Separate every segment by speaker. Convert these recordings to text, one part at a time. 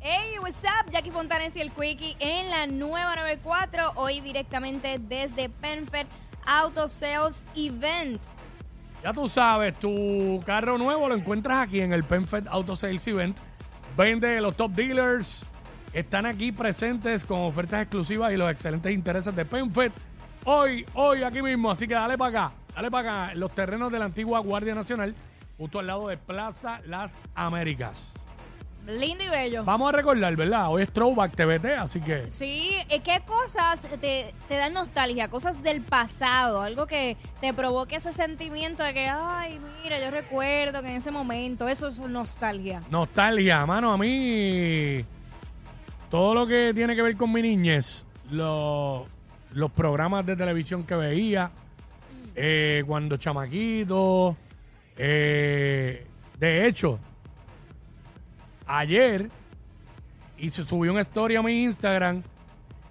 Speaker 1: Hey, what's up? Jackie Fontanes y el Quickie en la nueva 94, hoy directamente desde Penfed Auto Sales Event.
Speaker 2: Ya tú sabes, tu carro nuevo lo encuentras aquí en el PenFed Auto Sales Event. Vende los top dealers. Están aquí presentes con ofertas exclusivas y los excelentes intereses de PenFed. Hoy, hoy, aquí mismo. Así que dale para acá. Dale para acá. en Los terrenos de la antigua Guardia Nacional, justo al lado de Plaza Las Américas.
Speaker 1: Lindo y bello.
Speaker 2: Vamos a recordar, ¿verdad? Hoy es Throwback TBT, así que
Speaker 1: Sí, eh, ¿qué cosas te, te dan nostalgia? Cosas del pasado, algo que te provoque ese sentimiento de que, ay, mira, yo recuerdo que en ese momento, eso es nostalgia.
Speaker 2: Nostalgia, mano, a mí todo lo que tiene que ver con mi niñez, lo- los programas de televisión que veía, eh, cuando chamaquito, eh, de hecho, ayer y se subió una historia a mi Instagram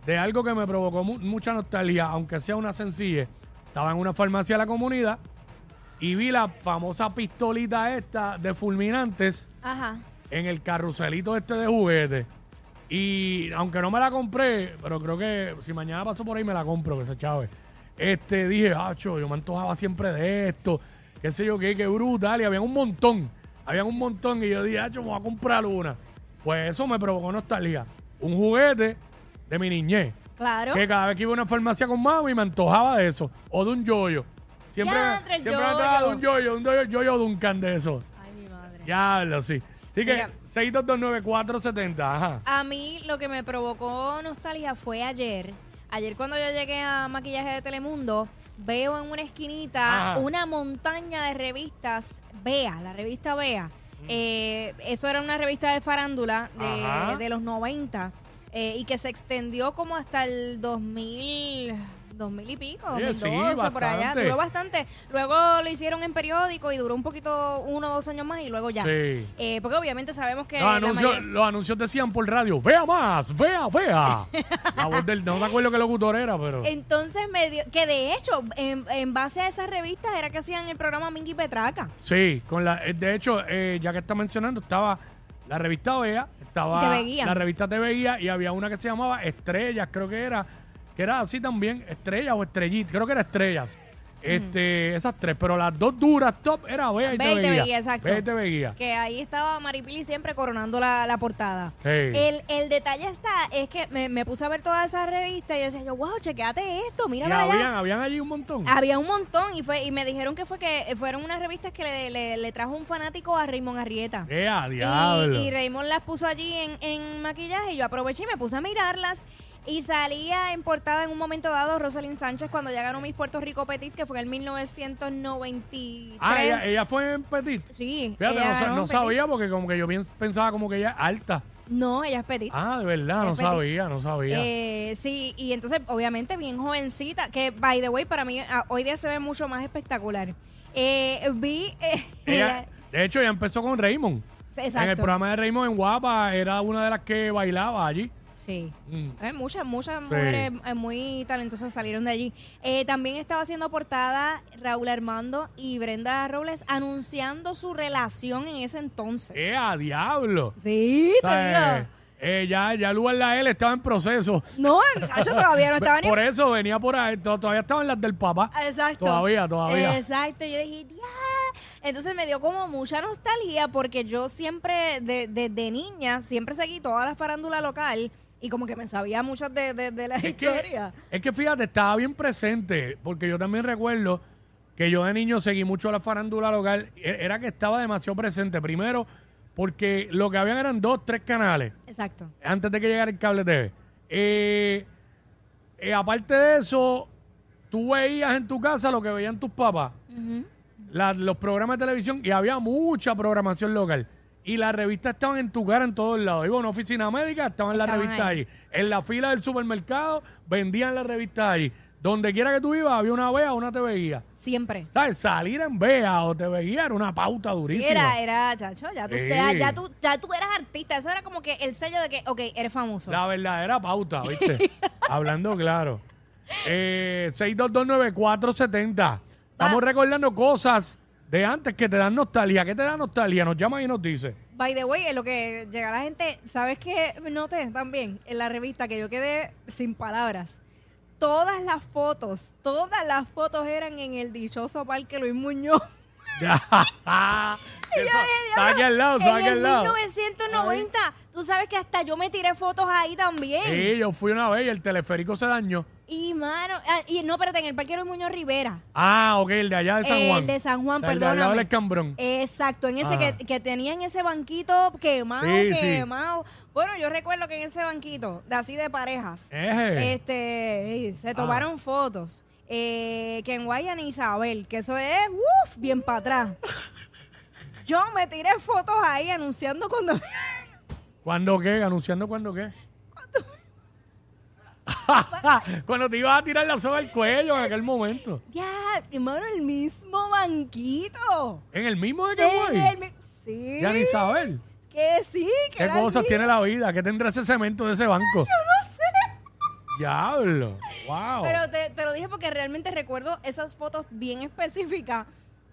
Speaker 2: de algo que me provocó mu- mucha nostalgia, aunque sea una sencilla. Estaba en una farmacia de la comunidad y vi la famosa pistolita esta de fulminantes
Speaker 1: Ajá.
Speaker 2: en el carruselito este de juguete. Y aunque no me la compré, pero creo que si mañana paso por ahí me la compro, que se chave. Este, dije, acho, yo me antojaba siempre de esto, qué sé yo qué, qué brutal. Y había un montón, había un montón. Y yo dije, acho, me voy a comprar una. Pues eso me provocó nostalgia. Un juguete de mi niñez.
Speaker 1: Claro.
Speaker 2: Que cada vez que iba a una farmacia con mami me antojaba de eso. O de un yoyo. Siempre,
Speaker 1: Ya, entre el
Speaker 2: siempre me antojaba de un
Speaker 1: yoyo.
Speaker 2: yoyo, un yoyo, yoyo Duncan de eso.
Speaker 1: Ay, mi madre.
Speaker 2: Diablo, sí. Así que
Speaker 1: Mira.
Speaker 2: 6229470, ajá.
Speaker 1: A mí lo que me provocó nostalgia fue ayer. Ayer cuando yo llegué a maquillaje de Telemundo, veo en una esquinita
Speaker 2: Ajá.
Speaker 1: una montaña de revistas. Vea, la revista Vea.
Speaker 2: Mm.
Speaker 1: eso era una revista de farándula de,
Speaker 2: Ajá.
Speaker 1: de los 90 eh, y que se extendió como hasta el 2000, 2000 y pico,
Speaker 2: Oye,
Speaker 1: 2012,
Speaker 2: sí,
Speaker 1: por allá.
Speaker 2: bastante.
Speaker 1: Duró bastante. Luego lo hicieron en periódico y duró un poquito, uno o dos años más y luego ya.
Speaker 2: Sí.
Speaker 1: Eh, porque obviamente sabemos que...
Speaker 2: Los
Speaker 1: la
Speaker 2: anuncios,
Speaker 1: mayoría-
Speaker 2: los anuncios decían por radio, vea más, vea, vea. La voz del, no me acuerdo qué locutor era, pero...
Speaker 1: Entonces me dio, que de hecho, en, en base a esas revistas era que hacían el programa Mingy Petraca.
Speaker 2: Sí, con la, eh, de hecho, eh, ya que está mencionando, estaba la revista Vea, estaba
Speaker 1: Te veía.
Speaker 2: la revista Te Veía y había una que se llamaba Estrellas, creo que era, que era así también, Estrellas o Estrellitas, creo que era Estrellas. Este, esas tres, pero las dos duras top era Vea y Te
Speaker 1: Vea y Te
Speaker 2: Veía.
Speaker 1: Veía, exacto.
Speaker 2: Vea y Te Veía.
Speaker 1: Que ahí estaba Maripili siempre coronando la, la portada.
Speaker 2: Sí.
Speaker 1: El, el detalle está, es que me, me puse a ver todas esas revistas y yo decía, yo, wow, chequeate esto, mira
Speaker 2: Y
Speaker 1: para allá".
Speaker 2: habían, habían allí un montón.
Speaker 1: Había un montón y fue y me dijeron que fue que eh, fueron unas revistas que le, le- le trajo un fanático a Raymond Arrieta.
Speaker 2: ¡Ea,
Speaker 1: Y,
Speaker 2: Eh, diablo!
Speaker 1: y Raymond las puso allí en, en maquillaje y yo aproveché y me puse a mirarlas. Y salía en portada en un momento dado Rosalind Sánchez cuando ya ganó Miss Puerto Rico Petit, que fue en el 1993.
Speaker 2: ah, ella, Ah, ella fue en Petit.
Speaker 1: Sí.
Speaker 2: Fíjate,
Speaker 1: ella
Speaker 2: no, sa-
Speaker 1: ganó
Speaker 2: no
Speaker 1: Petit.
Speaker 2: sabía porque como que yo bien pensaba como que ella es alta.
Speaker 1: No, ella es Petit.
Speaker 2: Ah, de verdad,
Speaker 1: Es
Speaker 2: no
Speaker 1: Petit.
Speaker 2: sabía, no sabía.
Speaker 1: Eh, sí, y entonces, obviamente, bien jovencita, que, by the way, para mí ah, hoy día se ve mucho más espectacular. Eh, vi... eh,
Speaker 2: Ella- de hecho, ella empezó con Raymond.
Speaker 1: Exacto.
Speaker 2: En el programa de Raymond en Guapa era una de las que bailaba allí.
Speaker 1: Sí.
Speaker 2: Mm.
Speaker 1: Eh, muchas, muchas mujeres eh, muy talentosas salieron de allí. Eh, también estaba haciendo portada Raúl Armando y Brenda Robles anunciando su relación en ese entonces.
Speaker 2: ¡Ea, diablo!
Speaker 1: Sí,
Speaker 2: Eh, O sea, eh, eh, ya, ya Lugar La L estaba en proceso.
Speaker 1: te digo. No, Sacho todavía no estaba ni...
Speaker 2: Por eso venía por ahí, to- todavía estaban las del papá.
Speaker 1: Exacto.
Speaker 2: Todavía, todavía.
Speaker 1: Exacto. Yo dije, "Ya". Entonces me dio como mucha nostalgia porque yo siempre, de- desde niña, siempre seguí toda la farándula local y como que me sabía muchas de, de, de las
Speaker 2: Es que,
Speaker 1: historias.
Speaker 2: es que fíjate, estaba bien presente, porque yo también recuerdo que yo de niño seguí mucho la farándula local. E- Era que estaba demasiado presente. Primero, porque lo que habían eran dos, tres canales
Speaker 1: Exacto.
Speaker 2: antes de que llegara el cable TV. Eh, eh, aparte de eso, tú veías en tu casa lo que veían tus papás. la- los programas de televisión y había mucha programación local. Y las revistas estaban en tu cara en todos lados. Iba a una oficina médica, estaban las
Speaker 1: Estaban
Speaker 2: revistas
Speaker 1: ahí.
Speaker 2: ahí. En la fila del supermercado vendían las revistas ahí. Donde quiera que tú ibas, había una vea o una te veía.
Speaker 1: Siempre.
Speaker 2: ¿Sabes? Salir en vea o te veía era una pauta durísima.
Speaker 1: Era, era, chacho, ya tú,
Speaker 2: Sí.
Speaker 1: te- ya, tú, ya tú eras artista. Eso era como que el sello de que, ok, eres famoso.
Speaker 2: La verdadera pauta, ¿viste? Hablando claro. Eh, 6229470. Estamos recordando cosas de antes que te dan nostalgia. ¿Qué te da nostalgia? Nos llama y nos dice.
Speaker 1: By the way, en lo que llega la gente, ¿sabes qué? Noté también en la revista que yo quedé sin palabras. Todas las fotos, todas las fotos eran en el dichoso parque Luis Muñoz.
Speaker 2: Está aquí al lado, está
Speaker 1: en
Speaker 2: aquí
Speaker 1: el
Speaker 2: al lado.
Speaker 1: 1990. Tú sabes que hasta yo me tiré fotos ahí también.
Speaker 2: Sí, yo fui una vez y el teleférico se dañó.
Speaker 1: Y mano, ah, y no, espérate, en el parque Luis Muñoz Rivera.
Speaker 2: Ah, ok, el de allá de San
Speaker 1: El
Speaker 2: Juan.
Speaker 1: Eh, de San Juan,
Speaker 2: El de al lado
Speaker 1: perdóname. Eh,
Speaker 2: del escambrón.
Speaker 1: Exacto, en ese
Speaker 2: Ajá.
Speaker 1: que, que tenían ese banquito quemado,
Speaker 2: Sí, sí.
Speaker 1: quemado. Bueno, yo recuerdo que en ese banquito, de así de parejas,
Speaker 2: Eje.
Speaker 1: este, ey, se
Speaker 2: Eh. Ah.
Speaker 1: tomaron fotos. eh, que en Guayana Isabel, que eso es, uff, bien para atrás. Yo me tiré fotos ahí anunciando cuando...
Speaker 2: ¿Cuándo qué? ¿Anunciando cuándo qué? Cuando te ibas a tirar la soga al cuello en aquel momento.
Speaker 1: ya, hermano, el mismo banquito.
Speaker 2: ¿En el mismo de que
Speaker 1: En el
Speaker 2: voy?
Speaker 1: mi- sí,
Speaker 2: Ya ni saber.
Speaker 1: que sí, que
Speaker 2: ¿Qué
Speaker 1: era
Speaker 2: cosas
Speaker 1: así.
Speaker 2: tiene la vida? ¿Qué tendrá ese cemento de ese banco?
Speaker 1: No sé.
Speaker 2: Diablo. Wow.
Speaker 1: Pero te, te lo dije porque realmente recuerdo esas fotos bien específicas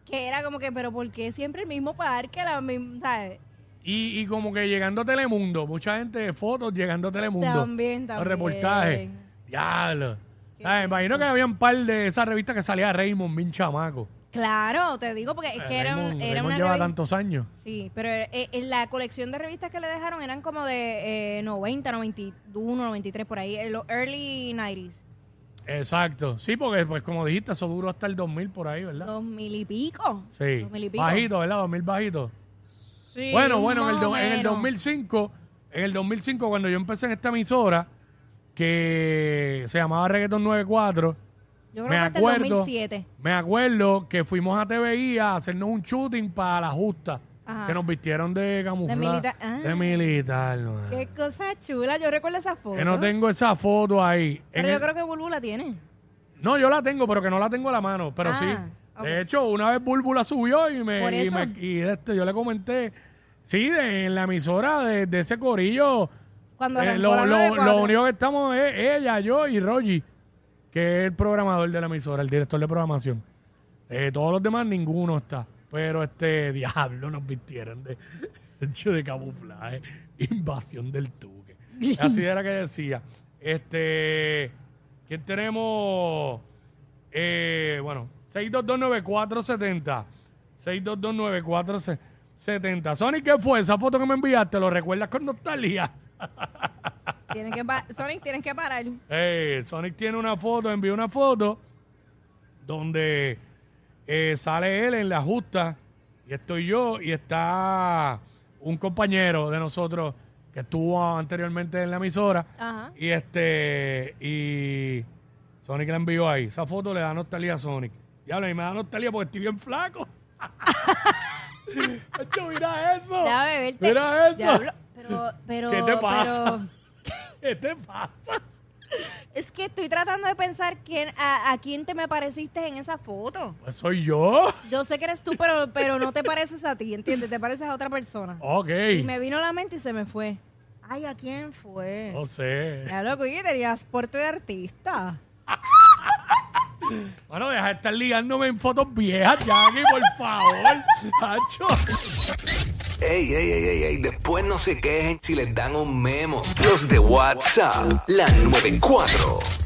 Speaker 1: que era como que, pero ¿por qué siempre el mismo parque? La misma, ¿sabes?
Speaker 2: Y, y como que llegando a Telemundo, mucha gente de fotos llegando a Telemundo.
Speaker 1: También,
Speaker 2: Los
Speaker 1: también.
Speaker 2: reportajes. Diablo.
Speaker 1: Qué
Speaker 2: Ah, imagino que había un par de esas revistas que salía Raymond, bien chamaco.
Speaker 1: Claro, te digo porque es
Speaker 2: Eh,
Speaker 1: que era, un-
Speaker 2: Raymond,
Speaker 1: era
Speaker 2: Raymond
Speaker 1: una
Speaker 2: lleva
Speaker 1: revi-
Speaker 2: tantos años.
Speaker 1: Sí, pero eh, en la colección de revistas que le dejaron eran como de eh, 90, 91, 93, por ahí, en los early 90s.
Speaker 2: Exacto. Sí, porque pues como dijiste, eso duró hasta el 2000 por ahí, ¿verdad?
Speaker 1: Dos mil y pico.
Speaker 2: Sí.
Speaker 1: Dos mil y pico.
Speaker 2: Bajito, ¿verdad? 2000 bajito.
Speaker 1: Sí,
Speaker 2: Bueno, bueno, en el,
Speaker 1: más o
Speaker 2: do- en el
Speaker 1: menos.
Speaker 2: 2005, en el 2005 cuando yo empecé en esta emisora que se llamaba Reggaeton 94,
Speaker 1: Yo creo
Speaker 2: me
Speaker 1: que hasta el
Speaker 2: acuerdo.
Speaker 1: 2007.
Speaker 2: me acuerdo que fuimos a TVI a hacernos un shooting para la justa,
Speaker 1: Ajá.
Speaker 2: que nos vistieron de camuflaje,
Speaker 1: De milita- ah.
Speaker 2: de militar, man.
Speaker 1: Qué cosa chula, yo recuerdo esa foto.
Speaker 2: que no tengo esa foto ahí. En
Speaker 1: Pero yo
Speaker 2: el-
Speaker 1: creo que Bulbu la tiene.
Speaker 2: No, yo la tengo, pero que no la tengo a la mano, pero
Speaker 1: Ah,
Speaker 2: sí.
Speaker 1: ok.
Speaker 2: De hecho, una vez Bulbula subió y
Speaker 1: Por
Speaker 2: me, y
Speaker 1: eso.
Speaker 2: me- y, este, yo le comenté, sí, de- en la emisora de, de ese corillo.
Speaker 1: Cuando
Speaker 2: Eh,
Speaker 1: arrancó
Speaker 2: lo,
Speaker 1: la
Speaker 2: lo-
Speaker 1: 94.
Speaker 2: lo único que estamos es ella, yo y Rogi, que es el programador de la emisora, el director de programación. Eh, todos los demás, ninguno está. Pero este diablo nos vistieron de hecho de camuflaje, invasión del tuque. Así era que decía. Este, ¿quién tenemos? Eh, bueno, 6229470. 6229470. Sonic, ¿qué fue? Esa foto que me enviaste, ¿lo recuerdas con nostalgia?
Speaker 1: Tienen que pa- Sonic, tienes que parar.
Speaker 2: Eh, Sonic tiene una foto, envió una foto donde eh, sale él en la justa y estoy yo y está un compañero de nosotros que estuvo anteriormente en la emisora
Speaker 1: Ajá.
Speaker 2: y este y Sonic la envió ahí. Esa foto le da nostalgia a Sonic. Diablo, y me da nostalgia porque estoy bien flaco. Hacho, mira eso.
Speaker 1: Deja beberte.
Speaker 2: Mira eso.
Speaker 1: Diablo, Pero, pero,
Speaker 2: ¿Qué te pasa?
Speaker 1: pero-
Speaker 2: ¿Qué te pasa?
Speaker 1: es que estoy tratando de pensar quién, a, a quién te me pareciste en esa foto.
Speaker 2: Pues soy yo.
Speaker 1: Yo sé que eres tú, pero, pero no te pareces a ti, ¿entiendes? Te pareces a otra persona.
Speaker 2: Ok.
Speaker 1: Y me vino a la mente y se me fue. Ay, ¿a quién fue?
Speaker 2: No sé.
Speaker 1: Ya loco, y tenías porte de artista.
Speaker 2: Bueno, deja de estar ligándome en fotos viejas, Jackie, por favor. Hacho.
Speaker 3: Ey, ey, ey, ey, ey, después no se quejen si les dan un memo. Los de WhatsApp, la 94.